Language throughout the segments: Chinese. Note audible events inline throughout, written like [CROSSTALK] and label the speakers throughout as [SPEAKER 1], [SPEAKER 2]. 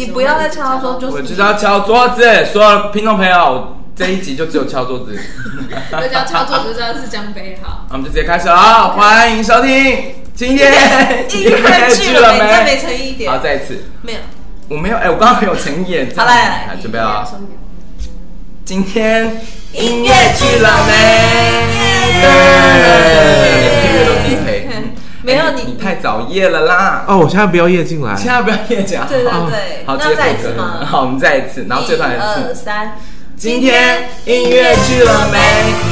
[SPEAKER 1] 你不要再敲桌，就
[SPEAKER 2] 我
[SPEAKER 1] 是
[SPEAKER 2] 就是要敲桌子，所有听众朋友，我这一集就只有敲桌
[SPEAKER 1] [LAUGHS]
[SPEAKER 2] 子，
[SPEAKER 3] 我只要敲桌子，知道是江杯好。
[SPEAKER 2] 那我们就直接开始了，欢迎收听今
[SPEAKER 1] [LAUGHS]
[SPEAKER 2] 天
[SPEAKER 1] 音乐剧了
[SPEAKER 2] [LAUGHS]
[SPEAKER 1] 没？再没
[SPEAKER 2] 没？
[SPEAKER 1] 诚意一
[SPEAKER 2] 好，
[SPEAKER 1] 点，
[SPEAKER 2] 再一次，
[SPEAKER 1] 没有。
[SPEAKER 2] 我没有，哎，我刚刚没有前演，
[SPEAKER 1] 好来来
[SPEAKER 2] 准备啊，今天
[SPEAKER 1] 音乐剧了没
[SPEAKER 2] 对，
[SPEAKER 1] 耶
[SPEAKER 2] 连配乐都自己配，嗯
[SPEAKER 1] [LAUGHS] 没有
[SPEAKER 2] 哎
[SPEAKER 1] 你
[SPEAKER 2] 你太早夜了啦，
[SPEAKER 4] 哦，我现在不要夜进来。
[SPEAKER 2] 千万不要夜讲，
[SPEAKER 1] 对
[SPEAKER 2] 好
[SPEAKER 1] 对对，
[SPEAKER 2] 好，
[SPEAKER 1] 那要再一次
[SPEAKER 2] 这个
[SPEAKER 1] 吗？呃
[SPEAKER 2] 好，我们再一次，然后最后一
[SPEAKER 1] 一
[SPEAKER 2] 次
[SPEAKER 1] 二。三，
[SPEAKER 2] 今天音乐剧了没？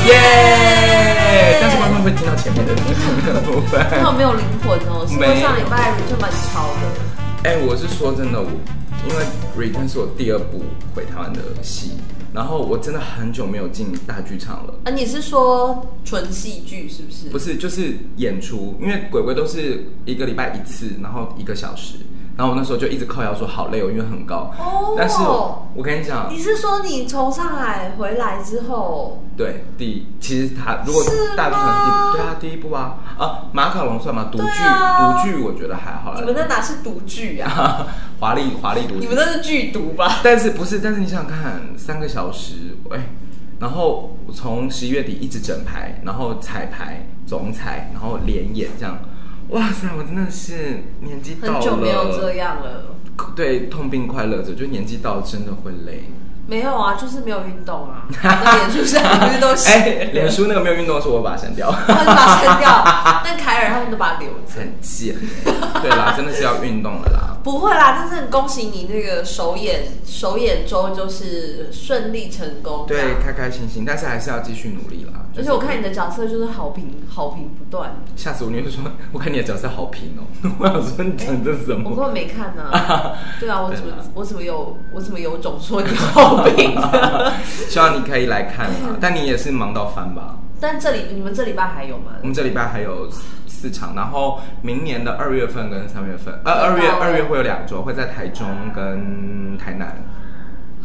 [SPEAKER 2] 耶！但是观
[SPEAKER 1] [LAUGHS]
[SPEAKER 2] 众会听到前面的部分。
[SPEAKER 1] 他们没有灵魂哦，是不是上礼拜就蛮吵的？
[SPEAKER 2] 哎、我是说真的，我因为《Return》是我第二部回台湾的戏，然后我真的很久没有进大剧场了。
[SPEAKER 1] 啊，你是说纯戏剧是不是？
[SPEAKER 2] 不是，就是演出，因为鬼鬼都是一个礼拜一次，然后一个小时，然后我那时候就一直靠腰说好累哦，因为很高。
[SPEAKER 1] 哦
[SPEAKER 2] 但是我跟你讲，
[SPEAKER 1] 你是说你从上海回来之后，
[SPEAKER 2] 对，第其实他如果
[SPEAKER 1] 是
[SPEAKER 2] 大剧
[SPEAKER 1] 吗
[SPEAKER 2] 场第对啊第一部啊啊马卡龙算吗？独剧
[SPEAKER 1] 对啊
[SPEAKER 2] 独剧我觉得还好啦。
[SPEAKER 1] 你们那哪是独剧啊？
[SPEAKER 2] 啊 [LAUGHS] 华丽华丽独
[SPEAKER 1] 你
[SPEAKER 2] 剧
[SPEAKER 1] 们，那是剧毒吧？
[SPEAKER 2] 但是不是？但是你想想看，三个小时哎、然后我从十一月底一直整排，然后彩排总彩，然后连演这样。哇塞，我真的是年纪到了，
[SPEAKER 1] 很久没有这样了。
[SPEAKER 2] 对痛并快乐着，就年纪到了真的会
[SPEAKER 1] [LAUGHS]
[SPEAKER 2] 累。
[SPEAKER 1] 没有啊，就是没有运动啊。那脸书上不是都是？
[SPEAKER 2] [LAUGHS] 哎，脸书那个没有运动的时候，我会把它删掉。
[SPEAKER 1] 他们就把它删
[SPEAKER 2] [LAUGHS]
[SPEAKER 1] 掉，但凯尔他们都把它留着。
[SPEAKER 2] 很贱。对啦， [LAUGHS] 真的是要运动了啦。
[SPEAKER 1] 不会啦，但是很恭喜你那个首演首演周就是顺利成功。这
[SPEAKER 2] 对
[SPEAKER 1] 样，
[SPEAKER 2] 开开心心，但是还是要继续努力啦。
[SPEAKER 1] 而且我看你的角色就是好评好评不断，
[SPEAKER 2] 吓死我！你会说，我看你的角色好平哦、 [LAUGHS] 我想说你讲这是什
[SPEAKER 1] 我根
[SPEAKER 2] 么？
[SPEAKER 1] 本没看呐、
[SPEAKER 2] [LAUGHS]
[SPEAKER 1] 啊。对啊，我怎么
[SPEAKER 2] 对啦
[SPEAKER 1] 我怎么有我怎么有种说你好评？
[SPEAKER 2] 希望你可以来看啦，但你也是忙到翻吧。
[SPEAKER 1] 但这里你们这礼拜还有吗
[SPEAKER 2] 我？们这礼拜还有四场，然后明年的二月份跟三月份，呃，二
[SPEAKER 1] 知
[SPEAKER 2] 月
[SPEAKER 1] 道了
[SPEAKER 2] 二月会有两周，会在台中跟台南。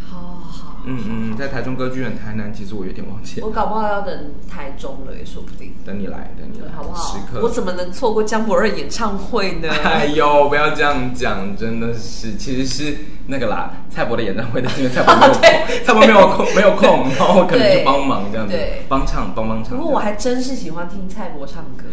[SPEAKER 1] 好好，
[SPEAKER 2] 嗯嗯，在台中歌剧院，台南其实我有点忘记了
[SPEAKER 1] 我，搞不好要等台中了也说不定，
[SPEAKER 2] 等你来，等你来，
[SPEAKER 1] 好不好
[SPEAKER 2] 时刻。？
[SPEAKER 1] 我怎么能错过江博二演唱会呢？
[SPEAKER 2] 哎呦，不要这样讲，真的是，其实是那个啦，蔡博的演唱会，但是因为蔡博没有空，蔡博没有
[SPEAKER 1] [LAUGHS]
[SPEAKER 2] 空，没有空，然后我可能
[SPEAKER 1] 哦对
[SPEAKER 2] 就帮忙这样子
[SPEAKER 1] 对，
[SPEAKER 2] 帮唱，帮帮唱。
[SPEAKER 1] 不过我还真是喜欢听蔡博唱歌。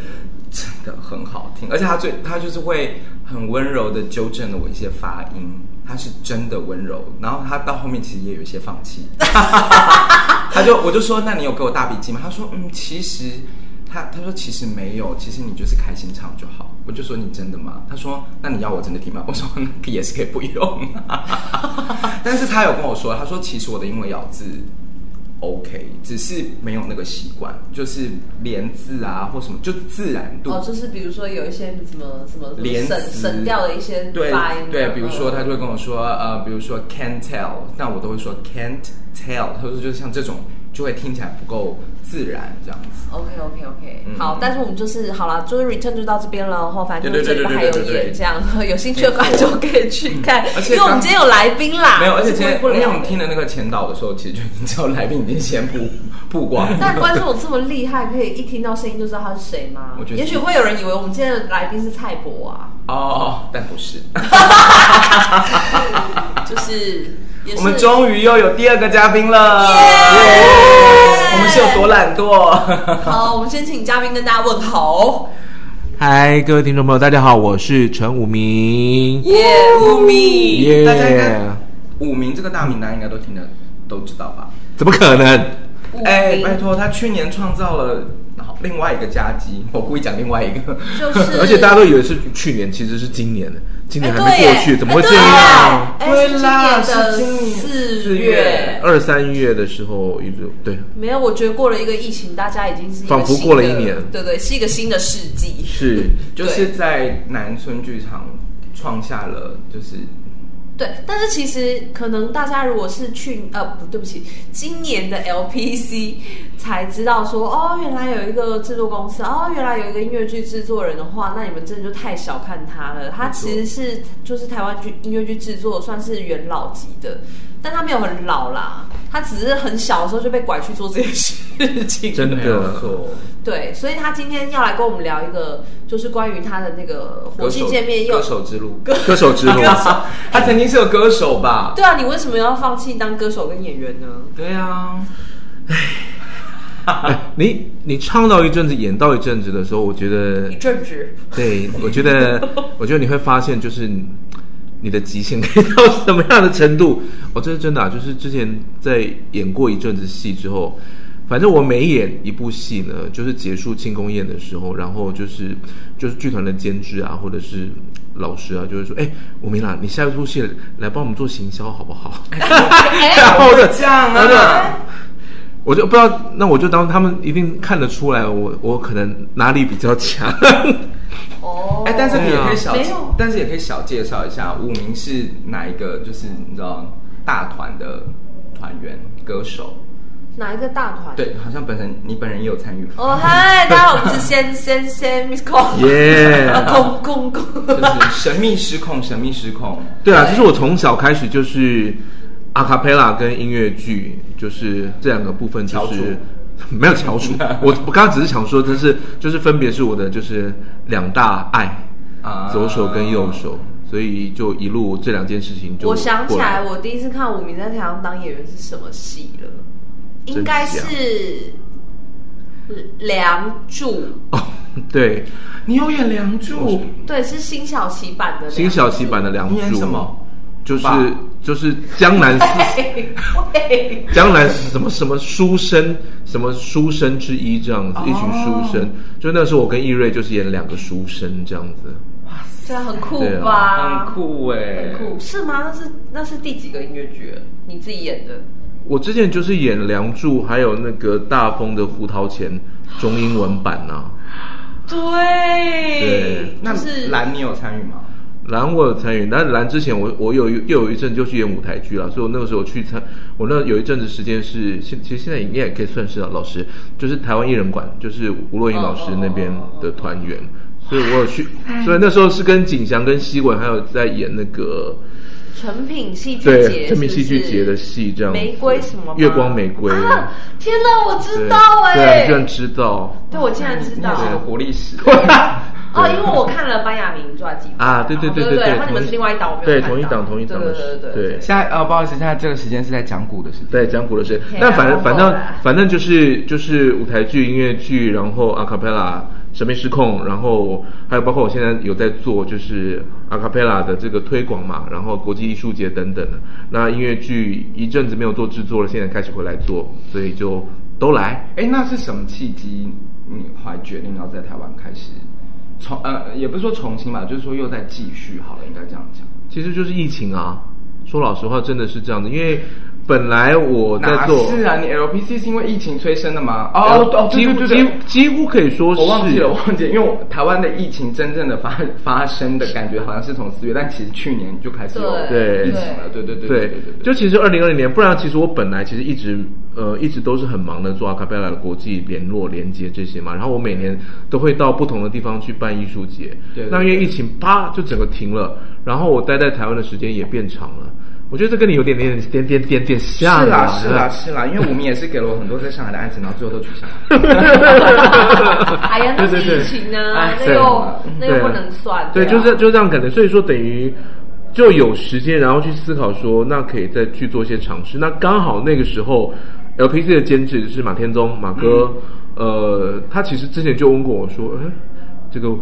[SPEAKER 2] 真的很好听，而且他最他就是会很温柔的纠正了我一些发音，他是真的温柔。然后他到后面其实也有一些放弃，他就我就说那你有给我大笔记吗？他说嗯，其实他他说其实没有，其实你就是开心唱就好。我就说你真的吗？他说那你要我真的听吗？我说那个也是可以不用，啊 [LAUGHS] 但是他有跟我说，他说其实我的英文咬字 OK，只是没有那个习惯，就是连字啊或什么，就自然度。
[SPEAKER 1] 哦，就是比如说有一些什么什么什么
[SPEAKER 2] 连
[SPEAKER 1] 省
[SPEAKER 2] 词
[SPEAKER 1] 省掉的一些
[SPEAKER 2] 对
[SPEAKER 1] 发音啊，
[SPEAKER 2] 对，比如说
[SPEAKER 1] 嗯
[SPEAKER 2] 他就会跟我说，呃，比如说 can tell，那我都会说 can't tell，他说就像这种就会听起来不够自然这样子。
[SPEAKER 1] OK OK OK，、
[SPEAKER 2] 嗯
[SPEAKER 1] 好，但是我们就是好了，就是 return 就到这边了，然后反正
[SPEAKER 2] 对对
[SPEAKER 1] 这
[SPEAKER 2] 对
[SPEAKER 1] 里
[SPEAKER 2] 对
[SPEAKER 1] 还
[SPEAKER 2] 对
[SPEAKER 1] 有
[SPEAKER 2] 对对
[SPEAKER 1] 演
[SPEAKER 2] 对
[SPEAKER 1] 这样，有兴趣的观众可以去看，
[SPEAKER 2] 而且
[SPEAKER 1] 因为我们
[SPEAKER 2] 刚
[SPEAKER 1] 今天有来宾啦，
[SPEAKER 2] 没有，而且
[SPEAKER 1] 啊是
[SPEAKER 2] 今天
[SPEAKER 1] 不
[SPEAKER 2] 因
[SPEAKER 1] 了
[SPEAKER 2] 为我
[SPEAKER 1] 的
[SPEAKER 2] 们听的那个前导的时候，其实就已经知道来宾已经先曝曝
[SPEAKER 1] [LAUGHS]
[SPEAKER 2] 光了。
[SPEAKER 1] 但观众这么厉害，可以一听到声音就知道他是谁吗？
[SPEAKER 2] 我觉得
[SPEAKER 1] 也许会有人以为我们今天的来宾是蔡博啊，
[SPEAKER 2] 哦，但不是，
[SPEAKER 1] 就是也是
[SPEAKER 2] 我们终于又有第二个嘉宾了。我们是有多懒惰？
[SPEAKER 1] 好，我们先请嘉宾跟大家问好，
[SPEAKER 4] 嗨，各位听众朋友，大家好，我是陈武明。
[SPEAKER 1] 耶，乌咪，
[SPEAKER 4] 耶、
[SPEAKER 2] 大家应该五名这个大名单应该都听得都知道吧？
[SPEAKER 4] 怎么可能？
[SPEAKER 1] 五
[SPEAKER 2] 哎、
[SPEAKER 1] 名
[SPEAKER 2] 拜托，他去年创造了好另外一个佳绩，我故意讲另外一个，
[SPEAKER 1] 就是，
[SPEAKER 4] [LAUGHS] 而且大家都以为是去年，其实是今年的，今年还
[SPEAKER 1] 哎
[SPEAKER 4] 没
[SPEAKER 1] 对耶
[SPEAKER 4] 过去，怎么会
[SPEAKER 1] 哎
[SPEAKER 4] 这样？
[SPEAKER 1] 对耶哎，
[SPEAKER 2] 啦
[SPEAKER 1] 是今
[SPEAKER 2] 是
[SPEAKER 1] 年的
[SPEAKER 2] 今年
[SPEAKER 1] 四
[SPEAKER 2] 四
[SPEAKER 1] 月
[SPEAKER 2] 月。
[SPEAKER 4] 二三月的时候一直对，
[SPEAKER 1] 没有，我觉得过了一个疫情，大家已经是一个
[SPEAKER 4] 仿佛
[SPEAKER 1] 新
[SPEAKER 4] 过了
[SPEAKER 1] 的
[SPEAKER 4] 一年
[SPEAKER 1] 对对，是一个新的世纪。
[SPEAKER 4] 是
[SPEAKER 2] 就是在南村剧场创下了，就是
[SPEAKER 1] 对，但是其实可能大家如果是去呃不对不起，今年的
[SPEAKER 2] [LAUGHS]
[SPEAKER 1] LPC 才知道说哦，原来有一个制作公司，哦，原来有一个音乐剧制作人的话，那你们真的就太小看他了。他
[SPEAKER 2] 没错
[SPEAKER 1] 其实是就是台湾剧音乐剧制作算是元老级的，但他没有很老啦，他只是很小的时候就被拐去做这件事。事情。
[SPEAKER 4] 真的
[SPEAKER 2] 没有错。
[SPEAKER 1] 对，所以他今天要来跟我们聊一个，就是关于他的那个火
[SPEAKER 2] 歌手
[SPEAKER 1] 星见面又
[SPEAKER 2] 歌。手之路，
[SPEAKER 4] 歌手之路，
[SPEAKER 1] 啊
[SPEAKER 2] [LAUGHS] 他曾经是个歌手吧？
[SPEAKER 1] 对啊，你为什么要放弃当歌手跟演员呢？
[SPEAKER 2] 对 [LAUGHS] 啊，
[SPEAKER 4] 哎你你唱到一阵子，演到一阵子的时候，我觉得
[SPEAKER 1] 你，正直，
[SPEAKER 4] 对我觉得，我觉得你会发现，就是你的极限可以到什么样的程度。我、这是真的、啊，就是之前在演过一阵子戏之后，反正我每演一部戏呢，就是结束庆功宴的时候，然后就是就是剧团的监制啊，或者是老师啊，就是说，哎，吴明啊，你下一部戏来帮我们做行销好不好？
[SPEAKER 1] 哎
[SPEAKER 2] [LAUGHS]
[SPEAKER 4] 然后我就
[SPEAKER 2] 这样
[SPEAKER 4] 然后就
[SPEAKER 2] 啊，
[SPEAKER 4] 我就不知道，那我就当他们一定看得出来我我可能哪里比较强。
[SPEAKER 1] 哦
[SPEAKER 2] 哎，但是你也可以小
[SPEAKER 1] 没有，
[SPEAKER 2] 但是也可以小介绍一下，武明是哪一个？就是你知道大团的团员歌手，
[SPEAKER 1] 哪一个大团？，
[SPEAKER 2] 对，好像本身你本人也有参与，
[SPEAKER 1] 哦嗨，大家好，我们是先先先 Miss Kong，
[SPEAKER 4] 耶
[SPEAKER 1] 公公公，
[SPEAKER 2] 就是神秘失控，神秘失控，
[SPEAKER 4] 对啊，就是我从小开始就是阿卡贝拉跟音乐剧，就是这两个部分就
[SPEAKER 2] 翘楚
[SPEAKER 4] 是。 [LAUGHS] 没有
[SPEAKER 1] [LAUGHS]
[SPEAKER 4] 翘楚，我我刚刚只是想说，就是就是分别是我的就是两大爱，
[SPEAKER 2] 啊
[SPEAKER 4] 左手跟右手，所以就一路这两件事情就
[SPEAKER 1] 我想起
[SPEAKER 4] 过
[SPEAKER 1] 来，
[SPEAKER 4] 了
[SPEAKER 1] 我第一次看武明在台上当演员是什么戏了，应该
[SPEAKER 4] 真假
[SPEAKER 1] 是《梁祝》，
[SPEAKER 4] 哦，对，
[SPEAKER 2] 你有演《梁祝》，
[SPEAKER 1] 对，是辛晓琪版的《
[SPEAKER 4] 辛晓琪版的《梁
[SPEAKER 2] 你演
[SPEAKER 4] 祝》
[SPEAKER 2] 什么？
[SPEAKER 4] 就是
[SPEAKER 2] 爸
[SPEAKER 4] 就是江
[SPEAKER 2] [LAUGHS]
[SPEAKER 4] 南四
[SPEAKER 1] 对，
[SPEAKER 4] 江南什么什么书生，什么书生之一这样子，
[SPEAKER 2] 哦
[SPEAKER 4] 一群书生。就那时候我跟易瑞就是演两个书生这样子，
[SPEAKER 1] 这样很酷
[SPEAKER 4] 对啊
[SPEAKER 1] 吧？
[SPEAKER 2] 很，酷哎
[SPEAKER 1] 很，酷，是吗？那是那是第几个音乐剧了？你自己演的？
[SPEAKER 4] 我之前就是演《梁祝》，还有那个大风的胡桃钳中英文版啊呐、
[SPEAKER 1] 对，
[SPEAKER 2] 那
[SPEAKER 1] 就是
[SPEAKER 2] 蓝你有参与吗？
[SPEAKER 4] 蓝我有参与，但蓝之前我我有一又有一阵就去演舞台剧了，所以我那个时候去参，我那有一阵子时间是现其实现在应该也可以算是老师，就是台湾艺人馆，就是吴若英老师那边的团员，所以我有去，所以那时候是跟景祥、跟西文还有在演那个
[SPEAKER 1] 成品戏剧
[SPEAKER 4] 对
[SPEAKER 1] 节，
[SPEAKER 4] 成品戏剧节的
[SPEAKER 1] 是
[SPEAKER 4] 戏这样
[SPEAKER 1] 不
[SPEAKER 4] 子，
[SPEAKER 1] 是玫瑰什么吗？
[SPEAKER 4] 月光玫瑰，
[SPEAKER 1] 啊！天哪，我知
[SPEAKER 4] 对
[SPEAKER 1] 道哎、
[SPEAKER 4] 对啊，居然知道，
[SPEAKER 1] 对我竟然知道
[SPEAKER 2] 你也是个活历史，
[SPEAKER 1] 哦，因为我看了《班雅明传记》
[SPEAKER 4] 啊对对对
[SPEAKER 1] 哦对
[SPEAKER 4] 对对
[SPEAKER 1] 然后你们是另外一档，我没有
[SPEAKER 4] 对
[SPEAKER 1] 看到
[SPEAKER 4] 同一档同一档
[SPEAKER 1] 对
[SPEAKER 4] 的
[SPEAKER 1] 对对
[SPEAKER 4] 对
[SPEAKER 2] 现在呃，不好意思，现在这个时间是在讲古的时间。
[SPEAKER 4] 对，讲古的事
[SPEAKER 1] 嘿。
[SPEAKER 4] 但反正
[SPEAKER 1] 然
[SPEAKER 4] 反
[SPEAKER 1] 后
[SPEAKER 4] 正
[SPEAKER 1] 嘞
[SPEAKER 4] 反正就是就是舞台剧、音乐剧，然后阿卡贝拉、神秘失控，然后还有包括我现在有在做就是阿卡贝拉的这个推广嘛，然后国际艺术节等等的。那音乐剧一阵子没有做制作了，现在开始回来做，所以就都来。
[SPEAKER 2] 哎，那是什么契机，你还决定要在台湾开始重呃，也不是说重新吧，就是说又再继续好了，应该这样讲。
[SPEAKER 4] 其实就是疫情啊，说老实话真的是这样的，因为本来我在
[SPEAKER 2] 哪
[SPEAKER 4] 做。
[SPEAKER 2] 是啊？你 LPC 是因为疫情催生的吗？哦哦，对
[SPEAKER 4] 几乎
[SPEAKER 2] 对
[SPEAKER 4] 几
[SPEAKER 2] 对
[SPEAKER 4] 乎
[SPEAKER 2] 对，
[SPEAKER 4] 几乎可以说是，
[SPEAKER 2] 我忘记了，我忘记了，因为我台湾的疫情真正的发发生的感觉好像是从四月，但其实去年就开始有
[SPEAKER 4] 对
[SPEAKER 2] 疫情了。对对对对
[SPEAKER 4] 对
[SPEAKER 2] 对对，
[SPEAKER 4] 就其实二零二零年，不然其实我本来其实一直呃一直都是很忙的做阿卡贝拉的国际联络连接这些嘛，然后我每年都会到不同的地方去办艺术节。
[SPEAKER 2] 对对
[SPEAKER 4] 那因为疫情啪就整个停了，然后我待在台湾的时间也变长了。我觉得这跟你有点点点点点点像
[SPEAKER 2] 是啦
[SPEAKER 4] 啊
[SPEAKER 2] 是啦，是啦，因为我们也是给了我很多在上海的案子，然后最后都取消了。
[SPEAKER 1] 哎呀，那是
[SPEAKER 4] 对对对
[SPEAKER 1] 疫情啊
[SPEAKER 2] 哎，
[SPEAKER 1] 那
[SPEAKER 4] 对
[SPEAKER 1] 又那
[SPEAKER 4] 对
[SPEAKER 1] 又不能算，
[SPEAKER 4] 对，
[SPEAKER 1] 啊
[SPEAKER 4] 就这就这样感觉。所以说，等于就有时间，然后去思考说，那可以再去做一些尝试。那刚好那个时候，LPC 的监制是马天宗马哥，呃，他其实之前就问过我说，哎，这个啊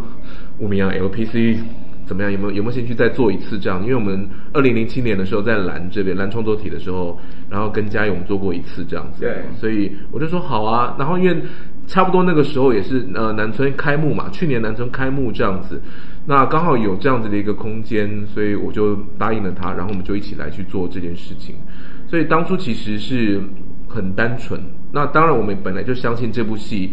[SPEAKER 4] 我们要 LPC。怎么样？有没有有没有兴趣再做一次这样？因为我们二零零七年的时候在蓝这边蓝创作体的时候，然后跟嘉义我们做过一次这样子。
[SPEAKER 2] 对
[SPEAKER 4] 所以我就说好啊。然后因为差不多那个时候也是呃南村开幕嘛，去年南村开幕这样子，那刚好有这样子的一个空间，所以我就答应了他，然后我们就一起来去做这件事情。所以当初其实是很单纯。那当然我们本来就相信这部戏。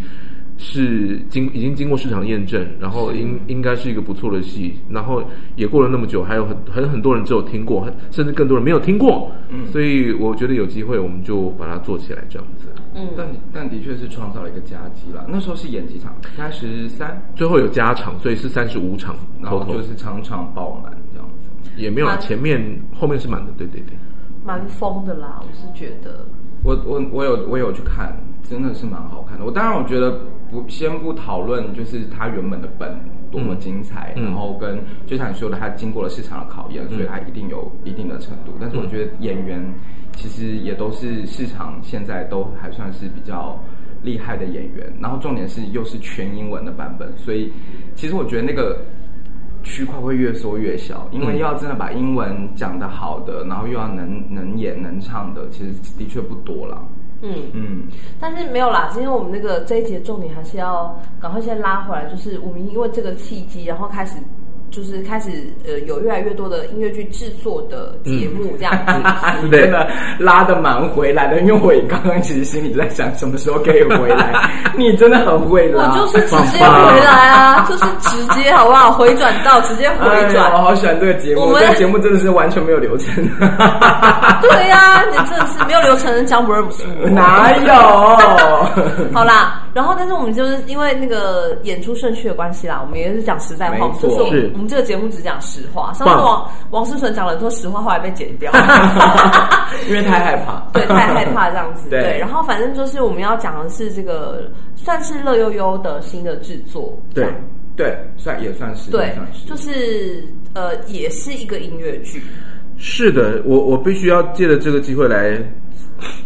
[SPEAKER 4] 是经已经经过市场验证，然后应应该是一个不错的戏，然后也过了那么久，还有很很很多人只有听过，很甚至更多人没有听过，嗯，所以我觉得有机会我们就把它做起来这样子。
[SPEAKER 2] 但但的确是创造了一个佳绩啦。那时候是演几场？三十三，
[SPEAKER 4] 最后有加场，所以是三十五场
[SPEAKER 2] 然后
[SPEAKER 4] total，
[SPEAKER 2] 就是场场爆满这样子。
[SPEAKER 4] 也没有啦，
[SPEAKER 1] 满
[SPEAKER 4] 前面后面是满的，对对对。
[SPEAKER 1] 蛮疯的啦，我是觉得。
[SPEAKER 2] 我我我有我有去看，真的是蛮好看的。我当然我觉得不先不讨论，就是它原本的本多么精彩，
[SPEAKER 4] 嗯嗯
[SPEAKER 2] 然后跟就像你说的，它经过了市场的考验，所以它一定有一定的程度。但是我觉得演员其实也都是市场现在都还算是比较。厉害的演员，然后重点是又是全英文的版本，所以其实我觉得那个区块会越缩越小，因为要真的把英文讲得好的，然后又要能能演能唱的，其实的确不多了。
[SPEAKER 1] 嗯，
[SPEAKER 2] 嗯，
[SPEAKER 1] 但是没有啦，今天我们那个这一集的重点还是要赶快先拉回来，就是我们因为这个契机，然后开始。就是开始呃，有越来越多的音乐剧制作的节目这样子，
[SPEAKER 2] 是真的拉的蛮回来的，因为我刚刚其实心里就在想什么时候可以回来。你真的很会
[SPEAKER 1] 我
[SPEAKER 2] 拉，
[SPEAKER 1] 就是直接回来啊，就是直接好不好？回转到直接回
[SPEAKER 2] 哎呀，我
[SPEAKER 1] 转，
[SPEAKER 2] 好喜欢这个节目，
[SPEAKER 1] 我们
[SPEAKER 2] 这个节目真的是完全没有流程，
[SPEAKER 1] 对呀、你真的是没有流程，江不认不输。
[SPEAKER 2] [LAUGHS] 哪有？
[SPEAKER 1] 好啦，然后但是我们就是因为那个演出顺序的关系啦，我们也是讲实在话，
[SPEAKER 2] 没
[SPEAKER 1] 我们
[SPEAKER 2] 错
[SPEAKER 1] 这次我
[SPEAKER 4] 是
[SPEAKER 1] 们我们这个节目只讲实话。上次
[SPEAKER 4] 棒
[SPEAKER 1] 王王思纯讲了很多实话，后来被剪掉。
[SPEAKER 2] [LAUGHS] 因为太害怕。
[SPEAKER 4] [LAUGHS]
[SPEAKER 1] 对，太害怕这样子。
[SPEAKER 2] 对
[SPEAKER 1] 对，然后反正就是我们要讲的是这个，算是乐悠悠的新的制作。
[SPEAKER 2] 对对，算也算是，
[SPEAKER 1] 对
[SPEAKER 2] 也算，是
[SPEAKER 1] 就是呃，也是一个音乐剧。
[SPEAKER 4] 是的，我我必须要借着这个机会来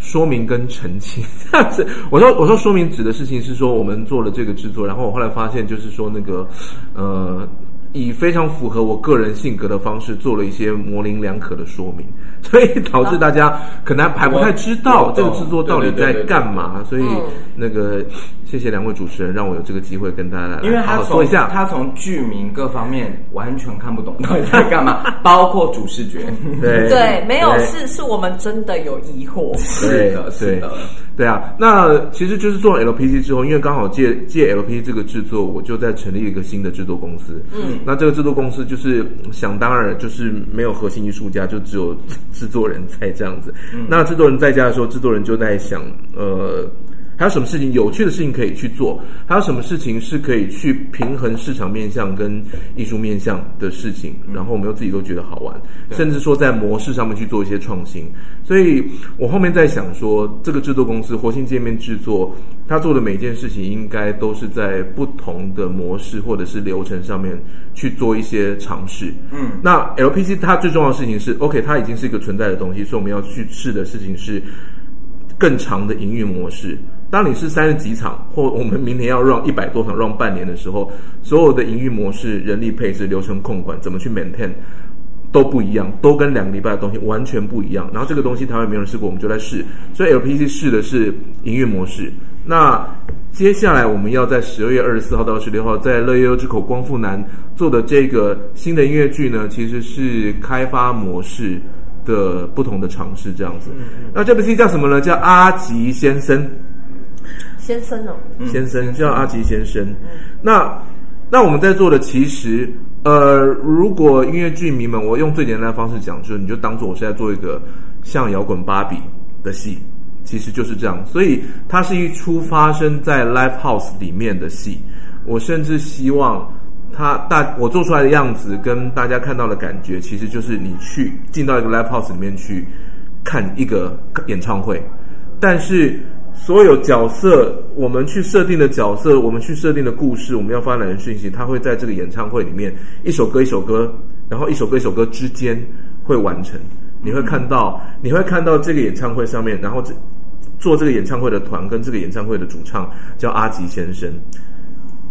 [SPEAKER 4] 说明跟澄清。 [LAUGHS] 是我说我说说明指的事情是说，我们做了这个制作，然后我后来发现就是说那个呃。以非常符合我个人性格的方式做了一些模棱两可的说明， [LAUGHS] 所以导致大家可能还不太知
[SPEAKER 2] 我
[SPEAKER 4] 道
[SPEAKER 2] 懂
[SPEAKER 4] 这个制作到
[SPEAKER 2] 对
[SPEAKER 4] 底
[SPEAKER 2] 对
[SPEAKER 4] 在
[SPEAKER 2] 对对
[SPEAKER 4] 干嘛。所以
[SPEAKER 1] 嗯
[SPEAKER 4] 那个谢谢两位主持人，让我有这个机会跟大家来
[SPEAKER 2] 因为
[SPEAKER 4] 好
[SPEAKER 2] 他
[SPEAKER 4] 好
[SPEAKER 2] 从
[SPEAKER 4] 说一下。
[SPEAKER 2] 他从剧名各方面完全看不懂到底在干嘛，包括主视觉。
[SPEAKER 4] 对
[SPEAKER 1] 对，没有
[SPEAKER 4] 对
[SPEAKER 1] 是是我们真的有疑
[SPEAKER 4] [LAUGHS]
[SPEAKER 1] 惑。
[SPEAKER 2] 是的，是的，
[SPEAKER 4] 对啊，那其实就是做了 LPC 之后，因为刚好借借 LPC 这个制作，我就在成立一个新的制作公司。嗯，那这个制作公司就是想当然就是没有核心艺术家，就只有制作人在这样子。
[SPEAKER 2] 嗯
[SPEAKER 4] 那制作人在家的时候，制作人就在想，呃。还有什么事情有趣的事情可以去做？还有什么事情是可以去平衡市场面向跟艺术面向的事情？然后我们又自己都觉得好玩，甚至说在模式上面去做一些创新。所以我后面在想说，这个制作公司活性界面制作，他做的每一件事情应该都是在不同的模式或者是流程上面去做一些尝试。
[SPEAKER 2] 嗯，
[SPEAKER 4] 那 LPC 它最重要的事情是，OK，它已经是一个存在的东西，所以我们要去试的事情是更长的营运模式。当你是三十几场，或我们明年要让一百多场，让半年的时候，所有的营运模式、人力配置、流程控管，怎么去 maintain 都不一样，都跟两个礼拜的东西完全不一样。然后这个东西台湾没有人试过，我们就在试。所以 LPC 试的是营运模式。那接下来我们要在十二月二十四号到二十六号，在乐悠悠之口光复南做的这个新的音乐剧呢，其实是开发模式的不同的尝试，这样子。那这部戏叫什么呢？叫阿吉先生。
[SPEAKER 1] 先生哦，
[SPEAKER 4] 先生，叫阿吉先生。那那我们在做的其实，呃，如果音乐剧迷们，我用最简单的方式讲，就是你就当做我是在做一个像摇滚芭比的戏，其实就是这样。所以它是一出发生在 live house 里面的戏。我甚至希望它大我做出来的样子跟大家看到的感觉，其实就是你去进到一个 live house 里面去看一个演唱会。但是所有角色，我们去设定的角色，我们去设定的故事，我们要发展的讯息，它会在这个演唱会里面，一首歌一首歌，然后一首歌一首歌之间会完成。你会看到，你会看到这个演唱会上面，然后这做这个演唱会的团跟这个演唱会的主唱叫阿吉先生，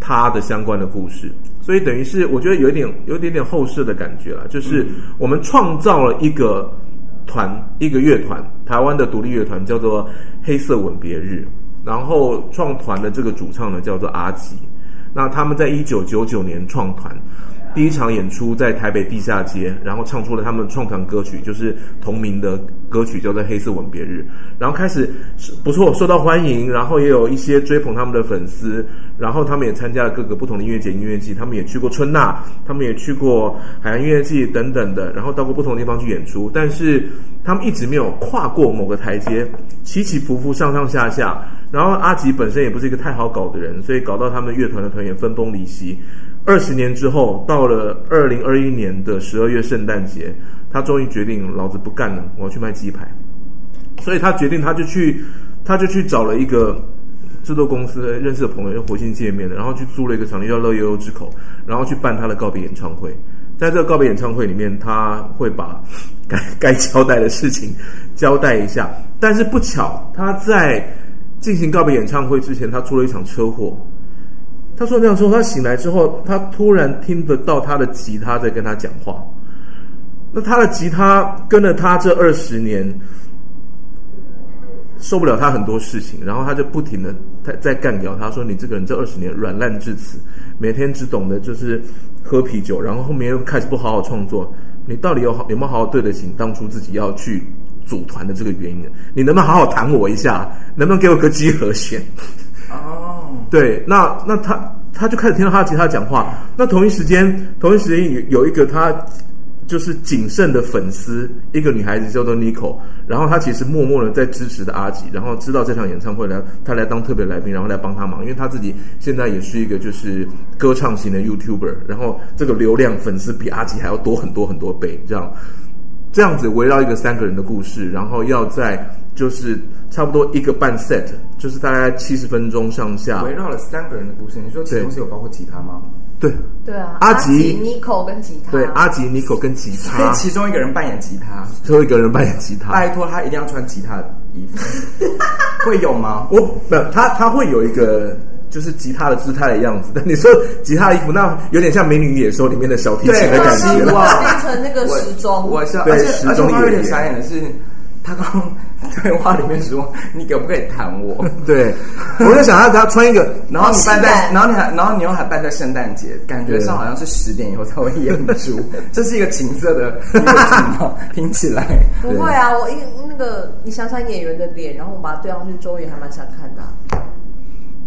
[SPEAKER 4] 他的相关的故事，所以等于是我觉得有一点有一点点后世的感觉了，就是我们创造了一个团一个乐团，台湾的独立乐团叫做黑色吻别日，然后创团的这个主唱呢叫做阿吉，那他们在一九九九年创团。第一场演出在台北地下街，然后唱出了他们创团歌曲，就是同名的歌曲，叫做《黑色吻别日》。然后开始是不错，受到欢迎，然后也有一些追捧他们的粉丝，然后他们也参加了各个不同的音乐节、音乐季，他们也去过春娜，他们也去过海洋音乐季等等的，然后到过不同地方去演出，但是他们一直没有跨过某个台阶，起起伏伏，上上下下。然后阿吉本身也不是一个太好搞的人，所以搞到他们乐团的团员分崩离析。二十年之后，到了二零二一年的十二月圣诞节，他终于决定，老子不干了，我要去卖鸡排。所以他决定，他就去，他就去找了一个制作公司认识的朋友，又活性见面了，然后去租了一个场地叫乐悠悠之口，然后去办他的告别演唱会。在这个告别演唱会里面，他会把 [LAUGHS] 该该交代的事情 [LAUGHS] 交代一下，但是不巧，他在进行告别演唱会之前，他出了一场车祸。他说那样说，他醒来之后，他突然听得到他的吉他在跟他讲话。那他的吉他跟了他这二十年，受不了他很多事情，然后他就不停的在在干掉他，说你这个人这二十年软烂至此，每天只懂得就是喝啤酒，然后后面又开始不好好创作，你到底有好有没有好好对得起当初自己要去组团的这个原因？你能不能好好弹我一下？能不能给我个 G 和弦？
[SPEAKER 2] 哦，
[SPEAKER 4] 对，那那他他就开始听到他的吉他讲话。那同一时间，同一时间有有一个他就是谨慎的粉丝，一个女孩子叫做 Nico，然后她其实默默的在支持的阿吉，然后知道这场演唱会来，她来当特别来宾，然后来帮他忙，因为她自己现在也是一个就是歌唱型的 YouTuber，然后这个流量粉丝比阿吉还要多很多很多倍，这样。这样子围绕一个三个人的故事，然后要在就是差不多一个半 set，就是大概七十分钟上下。
[SPEAKER 2] 围绕了三个人的故事，你说其中是有包括吉他吗？
[SPEAKER 4] 对
[SPEAKER 5] 对啊，
[SPEAKER 4] 阿吉
[SPEAKER 5] 吉、Nico 跟吉他，
[SPEAKER 4] 对，阿吉、Nico 跟吉
[SPEAKER 2] 啊所以
[SPEAKER 4] 他，
[SPEAKER 2] 其哎中一个人扮演吉他，
[SPEAKER 4] 最后一个人扮演吉他。
[SPEAKER 2] 拜托他一定要穿吉他的衣 [LAUGHS] 服，会有吗？
[SPEAKER 4] 我没有他，他会有一个就是吉他的姿态的样子。 [LAUGHS] 但你说吉他的衣服，那有点像《美女与野兽》里面的小提琴
[SPEAKER 2] 对
[SPEAKER 4] 的感
[SPEAKER 5] 那
[SPEAKER 4] 觉
[SPEAKER 5] 我
[SPEAKER 4] 了。
[SPEAKER 5] 变成那个
[SPEAKER 2] 我
[SPEAKER 5] 时钟，
[SPEAKER 2] 我是，
[SPEAKER 4] 对
[SPEAKER 2] 而且而
[SPEAKER 4] 时
[SPEAKER 2] 且
[SPEAKER 4] 钟
[SPEAKER 2] 我刚
[SPEAKER 4] 演
[SPEAKER 2] 刚有点
[SPEAKER 4] 员
[SPEAKER 2] 傻眼的是，他刚对话里面说你可不可以弹我？
[SPEAKER 4] 对，我在想他，他穿一个，
[SPEAKER 2] [LAUGHS] 然后你办
[SPEAKER 5] 好性
[SPEAKER 2] 在，
[SPEAKER 5] 感
[SPEAKER 2] 然后你还，然后你又还办在圣诞节，感觉上好像是十点以后才会演 [LAUGHS] 出，这是一个情色的音乐情况，听起 [LAUGHS] 来。
[SPEAKER 5] 不会啊，我一那个你想想演员的脸，然后我把它对上去，周也还蛮想看的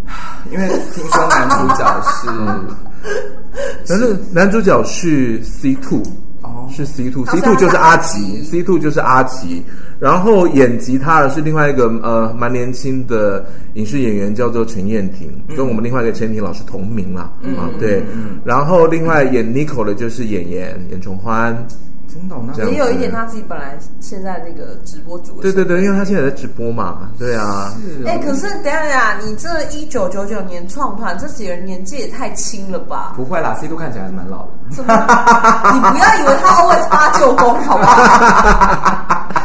[SPEAKER 5] 啊、
[SPEAKER 2] 因为听说男主角是，
[SPEAKER 4] 但是男主角是 C two，
[SPEAKER 2] 哦
[SPEAKER 4] 是 C two
[SPEAKER 5] 他
[SPEAKER 4] C
[SPEAKER 5] 是
[SPEAKER 4] two 就是阿
[SPEAKER 5] 阿
[SPEAKER 4] 吉
[SPEAKER 5] 吉
[SPEAKER 4] ，C two 就是阿吉。然后演吉他的是另外一个呃蛮年轻的影视演员，叫做陈燕婷，
[SPEAKER 2] 嗯
[SPEAKER 4] 跟我们另外一个陈燕婷老师同名啦。啊，对。然后另外演 Nico 的就是演员演崇欢，
[SPEAKER 2] [LAUGHS] 真的哦那
[SPEAKER 4] 这样
[SPEAKER 5] 也有一点他自己本来现在那个直播主的
[SPEAKER 4] 对
[SPEAKER 5] 身
[SPEAKER 4] 对
[SPEAKER 5] 份。
[SPEAKER 4] 对，因为他现在在直播嘛，对啊。
[SPEAKER 5] 哎、可是等一下等一下，你这一九九九年创团，这几个人年纪也太轻了吧？
[SPEAKER 4] [LAUGHS]
[SPEAKER 2] 不会啦，C 度看起来还是蛮老的。
[SPEAKER 5] 怎么？你不要以为他 always 八九公，好不好？
[SPEAKER 4] [LAUGHS]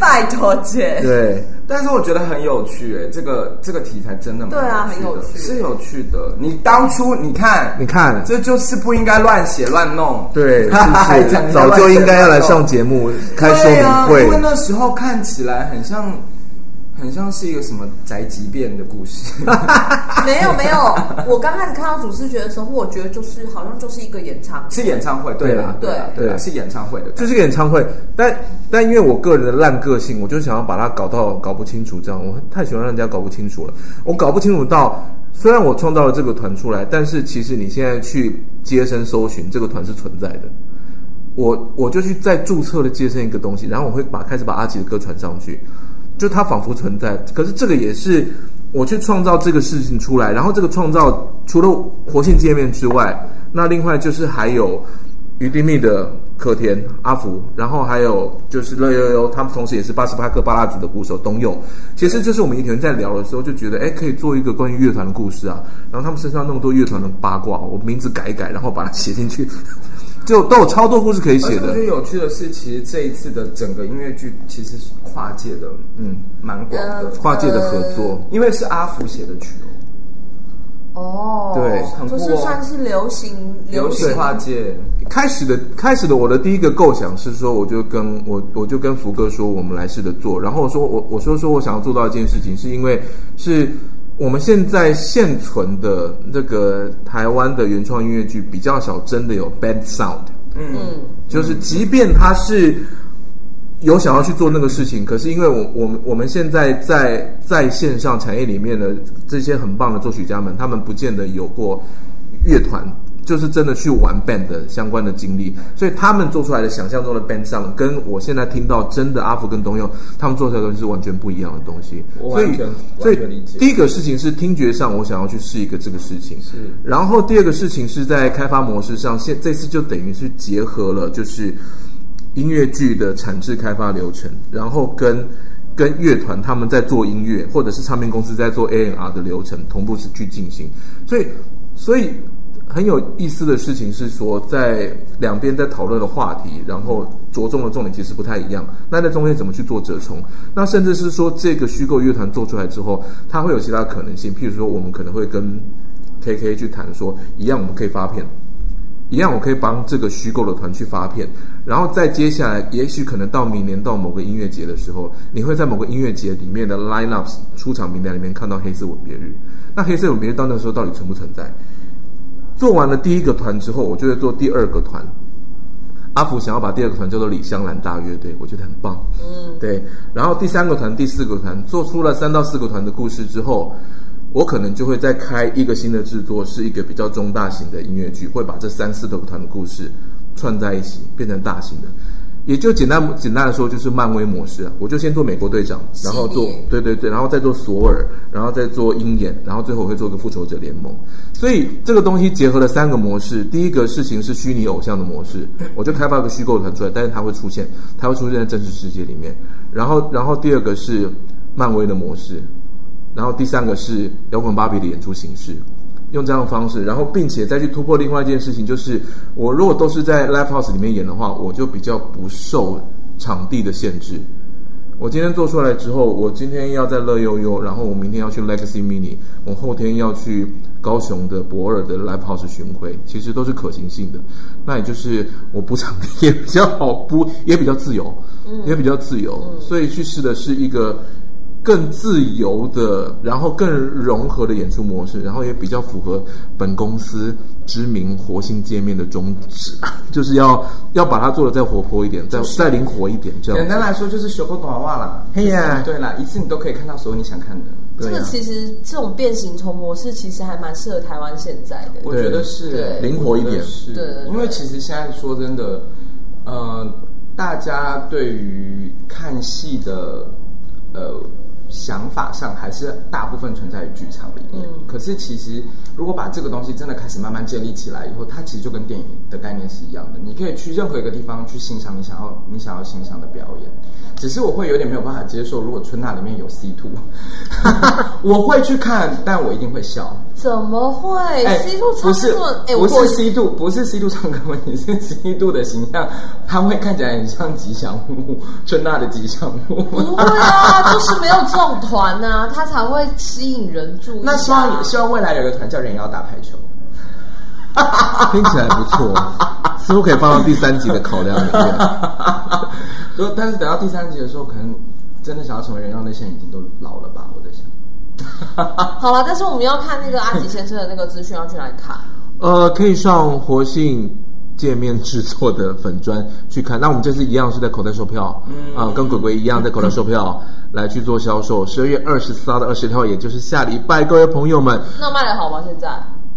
[SPEAKER 5] 拜托姐，
[SPEAKER 4] 对，
[SPEAKER 2] 但是我觉得很有趣、诶，这个这个题材真的蛮
[SPEAKER 5] 对啊
[SPEAKER 2] 有
[SPEAKER 5] 很有
[SPEAKER 2] 趣的
[SPEAKER 5] 趣
[SPEAKER 2] 是有趣的。你当初你看，
[SPEAKER 4] 你看，
[SPEAKER 2] 这就是不应该乱写乱弄， [LAUGHS]
[SPEAKER 4] 对，是
[SPEAKER 2] 还讲
[SPEAKER 4] 不是
[SPEAKER 2] 人家
[SPEAKER 4] 早
[SPEAKER 2] 乱
[SPEAKER 4] 就
[SPEAKER 2] 写
[SPEAKER 4] 应该要来
[SPEAKER 2] 乱弄
[SPEAKER 4] 上节目开说
[SPEAKER 2] 对
[SPEAKER 4] 明
[SPEAKER 2] 啊，因为
[SPEAKER 4] 会？
[SPEAKER 2] 那时候看起来很像，很像是一个什么宅急便的故事。 [LAUGHS]
[SPEAKER 5] 没有没有，我刚开始看到主视觉的时候，我觉得就是好像就是一个演唱会，
[SPEAKER 2] 是演唱会，对啦，
[SPEAKER 5] 对啊
[SPEAKER 2] 啦，
[SPEAKER 4] 对啊
[SPEAKER 2] 对啦，是演唱会的。
[SPEAKER 4] 这是个演唱会，但但因为我个人的烂个性，我就想要把它搞到搞不清楚，这样我太喜欢让人家搞不清楚了。我搞不清楚到，虽然我创造了这个团出来，但是其实你现在去街声搜寻这个团是存在的。我我就去再注册了接生一个东西，然后我会把开始把阿吉的歌传上去，就它仿佛存在。可是这个也是我去创造这个事情出来，然后这个创造除了活性界面之外，那另外就是还有于丁密的可田阿福，然后还有就是乐悠悠，他们同时也是八十八克巴拉子的鼓手董永。其实这是我们以前在聊的时候就觉得，哎，可以做一个关于乐团的故事啊。然后他们身上那么多乐团的八卦，我名字改一改，然后把它写进去。就都有超多故事可以
[SPEAKER 2] 而
[SPEAKER 4] 写
[SPEAKER 2] 且我
[SPEAKER 4] 的
[SPEAKER 2] 觉得。有趣的是，其实这一次的整个音乐剧其实是跨界的，嗯，蛮广的，
[SPEAKER 5] 嗯
[SPEAKER 4] 跨界的合作，
[SPEAKER 2] 因为是阿福写的曲哦，
[SPEAKER 5] 哦，
[SPEAKER 4] 对
[SPEAKER 2] 很
[SPEAKER 5] 就
[SPEAKER 2] 酷哦
[SPEAKER 5] 是算是流行
[SPEAKER 2] 流行
[SPEAKER 5] 行
[SPEAKER 2] 跨界，
[SPEAKER 4] 开始的开始的我的第一个构想是说，我就跟我我就跟福哥说，我们来试着做。然后我说我我说说我想要做到一件事情，是因为是我们现在现存的那个台湾的原创音乐剧比较少，真的有 bad sound，
[SPEAKER 2] 嗯，
[SPEAKER 4] 就是即便它是。有想要去做那个事情，可是因为我我们我们现在在在线上产业里面的这些很棒的作曲家们，他们不见得有过乐团，就是真的去玩 band 的相关的经历，所以他们做出来的想象中的 band 上，跟我现在听到真的阿福跟东佑他们做出来的东西是完全不一样的东西。
[SPEAKER 2] 我
[SPEAKER 4] 所以
[SPEAKER 2] 完全
[SPEAKER 4] 所以
[SPEAKER 2] 完全理解
[SPEAKER 4] 第一个事情是听觉上，我想要去试一个这个事情，
[SPEAKER 2] 是
[SPEAKER 4] 然后第二个事情是在开发模式上，现这次就等于是结合了就是音乐剧的产制开发流程，然后跟跟乐团他们在做音乐，或者是唱片公司在做 A N R 的流程同步去进行。所以，所以很有意思的事情是说，在两边在讨论的话题，然后着重的重点其实不太一样。那在中间怎么去做折冲？那甚至是说，这个虚构乐团做出来之后，它会有其他可能性。譬如说，我们可能会跟 K K 去谈说，一样我们可以发片。一样，我可以帮这个虚构的团去发片，然后再接下来，也许可能到明年到某个音乐节的时候，你会在某个音乐节里面的 lineup 出场名单里面看到黑色吻别日。那黑色吻别日到那时候到底存不存在？做完了第一个团之后，我就会做第二个团。阿福想要把第二个团叫做李香兰大乐队，我觉得很棒。嗯，对。然后第三个团、第四个团做出了三到四个团的故事之后，我可能就会再开一个新的制作，是一个比较中大型的音乐剧，会把这三四个团的故事串在一起，变成大型的。也就简单简单的说，就是漫威模式啊，我就先做美国队长，然后做
[SPEAKER 3] 系列
[SPEAKER 4] 对对对，然后再做索尔，然后再做鹰眼，然后最后我会做个复仇者联盟。所以这个东西结合了三个模式，第一个事情是虚拟偶像的模式，我就开发个虚构团出来，但是它会出现，它会出现在真实世界里面。然后，然后第二个是漫威的模式，然后第三个是摇滚芭比的演出形式，用这样的方式，然后并且再去突破另外一件事情，就是我如果都是在 live house 里面演的话，我就比较不受场地的限制。我今天做出来之后，我今天要在乐悠悠，然后我明天要去 Legacy Mini，我后天要去高雄的博尔的 Live House 巡回，其实都是可行性的。那也就是我补场地 [LAUGHS] 也比较好补，也比较自由，也比较自由，
[SPEAKER 2] 嗯
[SPEAKER 4] 所以去试的是一个更自由的，然后更融合的演出模式，然后也比较符合本公司知名活性界面的宗旨， [LAUGHS] 就是要要把它做的再活泼一点，再再灵活一点，这样
[SPEAKER 2] 简
[SPEAKER 4] 子
[SPEAKER 2] 单来说就是学过短袜啦。
[SPEAKER 4] 嘿呀
[SPEAKER 2] 对啦，一次你都可以看到所有你想看的。
[SPEAKER 4] 对
[SPEAKER 1] 这
[SPEAKER 4] 啊
[SPEAKER 1] 个其实这种变形虫模式其实还蛮适合台湾现在的。
[SPEAKER 2] 我觉得是
[SPEAKER 1] 对
[SPEAKER 4] 灵活一点
[SPEAKER 2] 我觉得是
[SPEAKER 1] 对对对
[SPEAKER 2] 因为其实现在说真的，呃，大家对于看戏的呃想法上，还是大部分存在于剧场里面。
[SPEAKER 1] 嗯
[SPEAKER 2] 可是其实如果把这个东西真的开始慢慢建立起来以后，它其实就跟电影的概念是一样的，你可以去任何一个地方去欣赏你想要你想要欣赏的表演。只是我会有点没有办法接受，如果春娜里面有 C
[SPEAKER 1] [LAUGHS]
[SPEAKER 2] two，我会去看，但我一定会笑。
[SPEAKER 1] 怎么会？C 哎度
[SPEAKER 2] 哎不
[SPEAKER 1] 超
[SPEAKER 2] 是
[SPEAKER 1] 这么，哎，
[SPEAKER 2] 不
[SPEAKER 1] 我
[SPEAKER 2] 是 C 度，不是 C 度唱歌 [LAUGHS] 问题，是 C 度的形象，他会看起来很像吉祥物，春娜的吉祥物。
[SPEAKER 1] 不会啊，就是没有这种团啊，
[SPEAKER 4] [LAUGHS]
[SPEAKER 1] 它才会吸引人注意啊。
[SPEAKER 2] 那希望希望未来有个团叫人妖打排球， [LAUGHS]
[SPEAKER 4] 听起来不
[SPEAKER 1] [LAUGHS]
[SPEAKER 4] 错，似乎可以放到第三集的考量里面。
[SPEAKER 2] 就但是等到第三集的时候，可能真的想要成为人妖那些人已经都老了吧，我在想。
[SPEAKER 1] 好了，但是我们要看那个阿吉先生的那个资讯，要去哪里看？
[SPEAKER 4] 呃，可以上活性界面制作的粉砖去看。那我们这次一样是在口袋售票，嗯啊、跟鬼鬼一样在口袋售票来去做销售。十二月二十四号到二十六号，也就是下礼拜，各位朋友们，
[SPEAKER 1] 那卖的好吗？现在？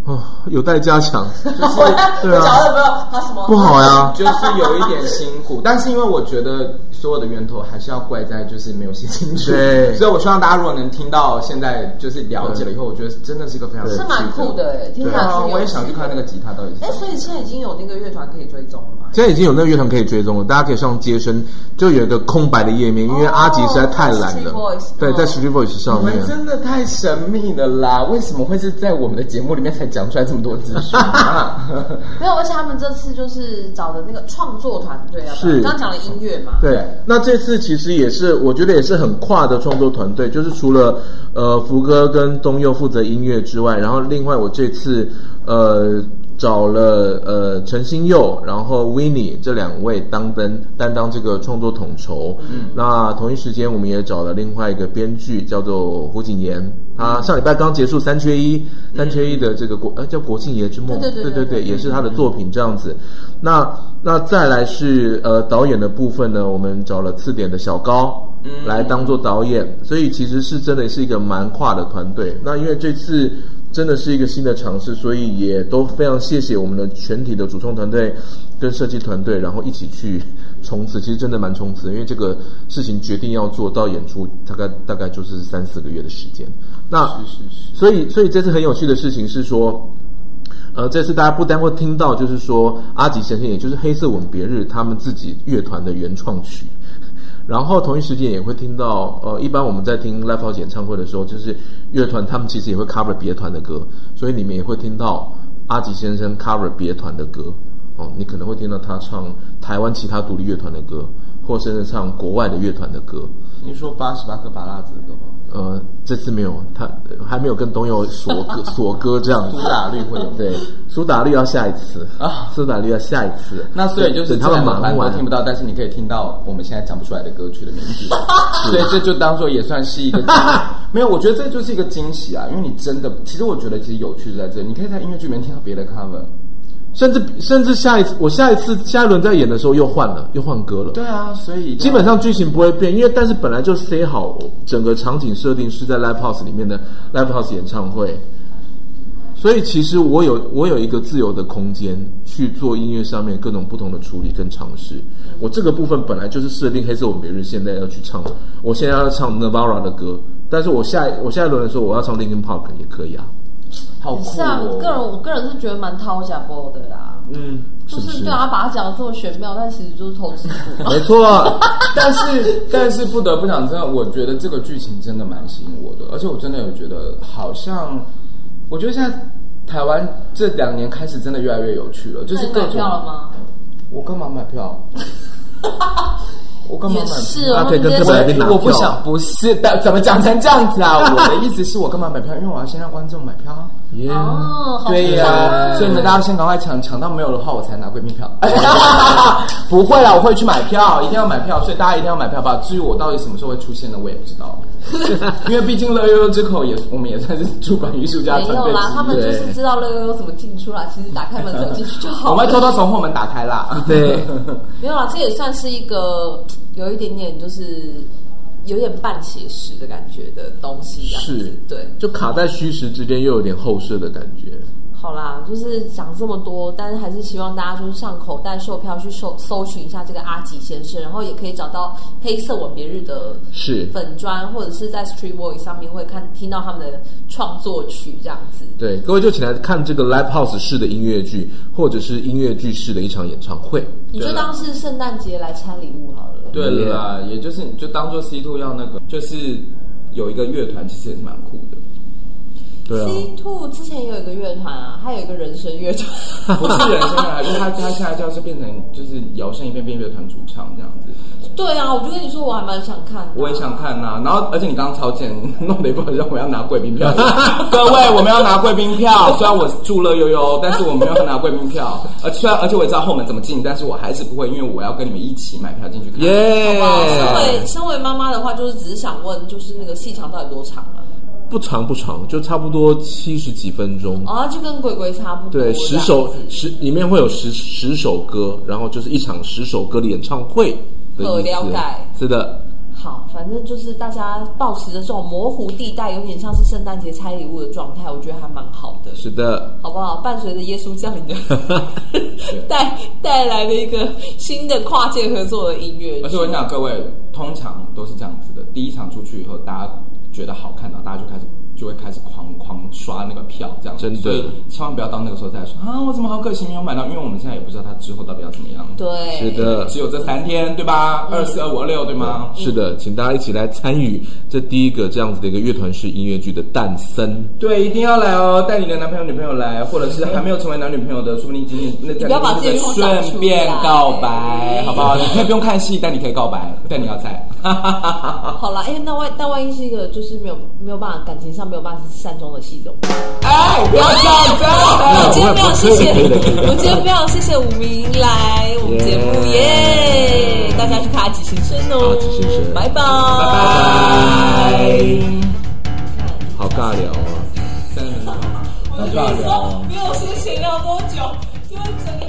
[SPEAKER 4] 哦，有待
[SPEAKER 1] [LAUGHS]
[SPEAKER 4] 加强，
[SPEAKER 1] 我要
[SPEAKER 4] 对啊
[SPEAKER 1] 我找有没有他什么？
[SPEAKER 4] 不好呀。
[SPEAKER 2] 就是有一点辛 [LAUGHS] 苦，但是因为我觉得所有的源头还是要怪在就是没有写清楚，[LAUGHS]
[SPEAKER 4] 对
[SPEAKER 2] 所以我希望大家如果能听到现在就是了解了以后，我觉得真的是一个非常
[SPEAKER 4] 对
[SPEAKER 1] 是蛮酷的哎，听起
[SPEAKER 2] 对
[SPEAKER 1] 来是
[SPEAKER 2] 啊，
[SPEAKER 1] 有
[SPEAKER 2] 我也想去看那个吉他到底是什
[SPEAKER 1] 哎，
[SPEAKER 2] 么。
[SPEAKER 1] 所以现在已经有那个乐团可以追踪了吗？
[SPEAKER 4] 现在已经有那个乐团可以追踪了，大家可以上接生，就有一个空白的页面，因为阿吉实在太懒了。
[SPEAKER 1] 哦，Street Voice，
[SPEAKER 4] 对，
[SPEAKER 1] 哦
[SPEAKER 4] 在 Street Voice
[SPEAKER 2] 你
[SPEAKER 4] 上面
[SPEAKER 2] 们。真的太神秘了啦！为什么会是在我们的节目里面才讲出来这么多资讯、啊？
[SPEAKER 1] 没有，而且他们这次就是找的那个创作团队啊，
[SPEAKER 4] 是
[SPEAKER 1] 刚刚讲了音乐嘛，
[SPEAKER 4] 对，那这次其实也是，我觉得也是很跨的创作团队，就是除了呃福哥跟东佑负责音乐之外，然后另外我这次呃找了呃陈新佑，然后 w i n n i e 这两位当担担当这个创作统筹。那同一时间我们也找了另外一个编剧，叫做胡景言，他上礼拜刚结束三缺一，三缺一的这个国呃叫国庆爷之梦，
[SPEAKER 1] 对对对对
[SPEAKER 4] 对
[SPEAKER 1] 对嗯
[SPEAKER 4] 也是他的作品这样子。那那再来是呃导演的部分呢，我们找了次点的小高
[SPEAKER 1] 嗯
[SPEAKER 4] 来当做导演，所以其实是真的是一个蛮跨的团队。那因为这次真的是一个新的尝试，所以也都非常谢谢我们的全体的主创团队跟设计团队，然后一起去冲刺。其实真的蛮冲刺，因为这个事情决定要做到演出，大概大概就是三四个月的时间。那
[SPEAKER 2] 是是是
[SPEAKER 4] 所以所以这次很有趣的事情是说，呃，这次大家不单会听到，就是说阿吉神仙，也就是黑色吻别日他们自己乐团的原创曲。然后同一时间也会听到，呃，一般我们在听 live house 演唱会的时候，就是乐团他们其实也会 cover 别团的歌，所以你们也会听到阿吉先生 cover 别团的歌。哦，你可能会听到他唱台湾其他独立乐团的歌，或甚至唱国外的乐团的歌。
[SPEAKER 2] [LAUGHS] 你说八十八颗拔蜡子的吗？
[SPEAKER 4] 呃，这次没有，他呃还没有跟董友索歌索歌这样子。
[SPEAKER 2] 苏打绿会有
[SPEAKER 4] 对，苏打绿要下一次
[SPEAKER 2] 啊
[SPEAKER 4] 苏打绿要下一次。
[SPEAKER 2] 那所以就是
[SPEAKER 4] 等他们忙
[SPEAKER 2] 我
[SPEAKER 4] 完
[SPEAKER 2] 听不到，但是你可以听到我们现在讲不出来的歌曲的名
[SPEAKER 4] [LAUGHS]
[SPEAKER 2] 字，所以这就当做也算是一个惊没有，我觉得这就是一个惊喜啊，因为你真的，其实我觉得其实有趣就在这里，你可以在音乐剧里面听到别的 cover。
[SPEAKER 4] 甚至甚至下一次，我下一次下一轮在演的时候又换了，又换歌了。
[SPEAKER 2] 对啊，所以
[SPEAKER 4] 基本上剧情不会变，因为但是本来就 say 好，整个场景设定是在 live house 里面的 live house 演唱会，所以其实我有我有一个自由的空间去做音乐上面各种不同的处理跟尝试。我这个部分本来就是设定黑色吻别日，现在要去唱，我现在要唱 Nirvana 的歌，但是我下我下一轮的时候我要唱 Linkin Park 也可以啊。
[SPEAKER 2] 好酷、哦。
[SPEAKER 5] 是啊，我个人我个人是觉得蛮掏假包的啦，
[SPEAKER 2] 嗯，
[SPEAKER 5] 就是
[SPEAKER 4] 不是
[SPEAKER 5] 对啊，把它讲得这么玄妙，但其实就是投资股。
[SPEAKER 4] 没错，啊
[SPEAKER 5] [LAUGHS]
[SPEAKER 2] [LAUGHS] 但是但是不得不讲，真的，我觉得这个剧情真的蛮吸引我的，而且我真的有觉得好像，我觉得现在台湾这两年开始真的越来越有趣了，就是
[SPEAKER 5] 那你
[SPEAKER 2] 各
[SPEAKER 5] 买
[SPEAKER 2] 种
[SPEAKER 5] 票了吗？
[SPEAKER 2] 我干嘛买
[SPEAKER 5] [LAUGHS]
[SPEAKER 2] 票？我干嘛
[SPEAKER 5] 也
[SPEAKER 2] 买
[SPEAKER 5] 是
[SPEAKER 2] 票？啊
[SPEAKER 5] 哦，
[SPEAKER 4] 他可以跟
[SPEAKER 5] 那
[SPEAKER 4] 特别来宾拿
[SPEAKER 2] 我
[SPEAKER 4] 票
[SPEAKER 2] 不想，不是的，怎么讲成这样子啊？
[SPEAKER 5] [LAUGHS]
[SPEAKER 2] 我的意思是我干嘛买票？因为我要先让观众买票啊。
[SPEAKER 4] 耶、
[SPEAKER 5] 哦，好
[SPEAKER 2] 对呀、所以你们大家先赶快抢，抢到没有的话，我才拿
[SPEAKER 5] [LAUGHS]
[SPEAKER 2] 贵宾票。 [LAUGHS] 不会啦，我会去买票，一定要买票，所以大家一定要买票吧。至于我到底什么时候会出现呢，我也不知
[SPEAKER 5] [LAUGHS]
[SPEAKER 2] 道，因为毕竟乐悠悠之口也，我们也算是主管艺术家
[SPEAKER 5] 没
[SPEAKER 2] 团
[SPEAKER 5] 有
[SPEAKER 2] 队
[SPEAKER 5] 啦，他
[SPEAKER 2] 之
[SPEAKER 5] 们
[SPEAKER 2] 一。
[SPEAKER 5] 就是知道乐悠悠怎么进出啦，其实打开门走进去就好
[SPEAKER 2] 我
[SPEAKER 5] 了。
[SPEAKER 2] 们会偷偷从后门打开啦。
[SPEAKER 4] 对，
[SPEAKER 5] 没有啦，这也算是一个有一点点就是有点半写实的感觉的东西，这样子
[SPEAKER 4] 是
[SPEAKER 5] 对。
[SPEAKER 4] 就卡在虚实之间，又有点后设的感觉。
[SPEAKER 5] 好啦，就是讲这么多，但是还是希望大家就是上口袋售票去搜搜寻一下这个阿吉先生，然后也可以找到黑色吻别日的
[SPEAKER 4] 是，
[SPEAKER 5] 粉砖，或者是在 Street Voice 上面会看听到他们的创作曲这样子。
[SPEAKER 4] 对，各位就请来看这个 live house 式的音乐剧，或者是音乐剧式的一场演唱会。
[SPEAKER 5] 你就当是圣诞节来拆礼物好了。
[SPEAKER 2] [LAUGHS] 啊对了啦，也就是就当做 C two 要那个，就是有一个乐团，其实也是蛮酷
[SPEAKER 5] [LAUGHS]
[SPEAKER 2] 的。
[SPEAKER 4] 对啊，
[SPEAKER 5] C Two 之前有一个乐团啊，还有一个人声乐团。
[SPEAKER 2] [LAUGHS] 不是人生啊，因为他他现在就是变成就是摇身一变变乐团主唱这样子，
[SPEAKER 5] 对啊，我就跟你说，我还蛮想看的。
[SPEAKER 2] 我也想看呐、然后而且你刚刚超前 [LAUGHS] 弄得一副好像我要拿贵宾
[SPEAKER 4] [LAUGHS]
[SPEAKER 2] 票，各位我们要拿贵宾票，虽然我住乐悠悠，但是我们要拿贵宾票， [LAUGHS] 而虽然而且我也知道后门怎么进，但是我还是不会，因为我要跟你们一起买票进去看。
[SPEAKER 4] 耶、
[SPEAKER 5] 哇身为身为妈妈的话，就是只是想问，就是那个戏长到底多长啊？
[SPEAKER 4] 不长不长，就差不多七十几分钟。
[SPEAKER 5] 哦，就跟鬼鬼差不多。
[SPEAKER 4] 嗯对，
[SPEAKER 5] 这
[SPEAKER 4] 十
[SPEAKER 5] 样
[SPEAKER 4] 首
[SPEAKER 5] 子
[SPEAKER 4] 十里面会有十十首歌，然后就是一场十首歌的演唱会的
[SPEAKER 5] 好
[SPEAKER 4] 意
[SPEAKER 5] 哦了解
[SPEAKER 4] 思。是的，
[SPEAKER 5] 好，反正就是大家保持着这种模糊地带，有点像是圣诞节拆礼物的状态，我觉得还蛮好的，
[SPEAKER 4] 是的，
[SPEAKER 5] 好不好？伴随着耶稣降临的带带来的一个新的跨界合作的音乐剧，
[SPEAKER 2] 而且我跟你讲，各位通常都是这样子的，第一场出去以后，大家觉得好看，然后大家就开始就会开始狂狂刷那个票，这样子
[SPEAKER 4] 真的
[SPEAKER 2] 所以千万不要到那个时候再说啊，我怎么好可惜没有买到，因为我们现在也不知道它之后到底要怎么样。
[SPEAKER 5] 对，
[SPEAKER 4] 是的，
[SPEAKER 2] 只有这三天，对吧？二四、二五、二六，对吗？
[SPEAKER 4] 是的，请大家一起来参与这第一个这样子的一个乐团式音乐剧的诞生。
[SPEAKER 2] 对，一定要来哦！带你的男朋友、女朋友来，或者是还没有成为男女朋友的，说不定今天那
[SPEAKER 5] 不要把自己弄脏
[SPEAKER 2] 顺便告白，好不好？你可 [LAUGHS] 以不用看戏，但你可以告白，但你要
[SPEAKER 5] [LAUGHS]
[SPEAKER 2] 在。
[SPEAKER 5] 好啦，哎、那万但万一是一个就是没有没有办法感情上没有办法善终的戏怎么办？
[SPEAKER 2] 哎，不要这样子！啊
[SPEAKER 5] 我们今天非常谢谢，
[SPEAKER 4] 不会不会
[SPEAKER 5] 我们今天非常谢谢武明来我们节目耶大家去看阿吉先生哦
[SPEAKER 4] 阿吉先生，
[SPEAKER 5] 拜拜，
[SPEAKER 2] 拜拜。
[SPEAKER 4] 好尬聊啊！
[SPEAKER 2] 真的很好，那就好聊哦。
[SPEAKER 5] 没有先闲聊多久，就会整个。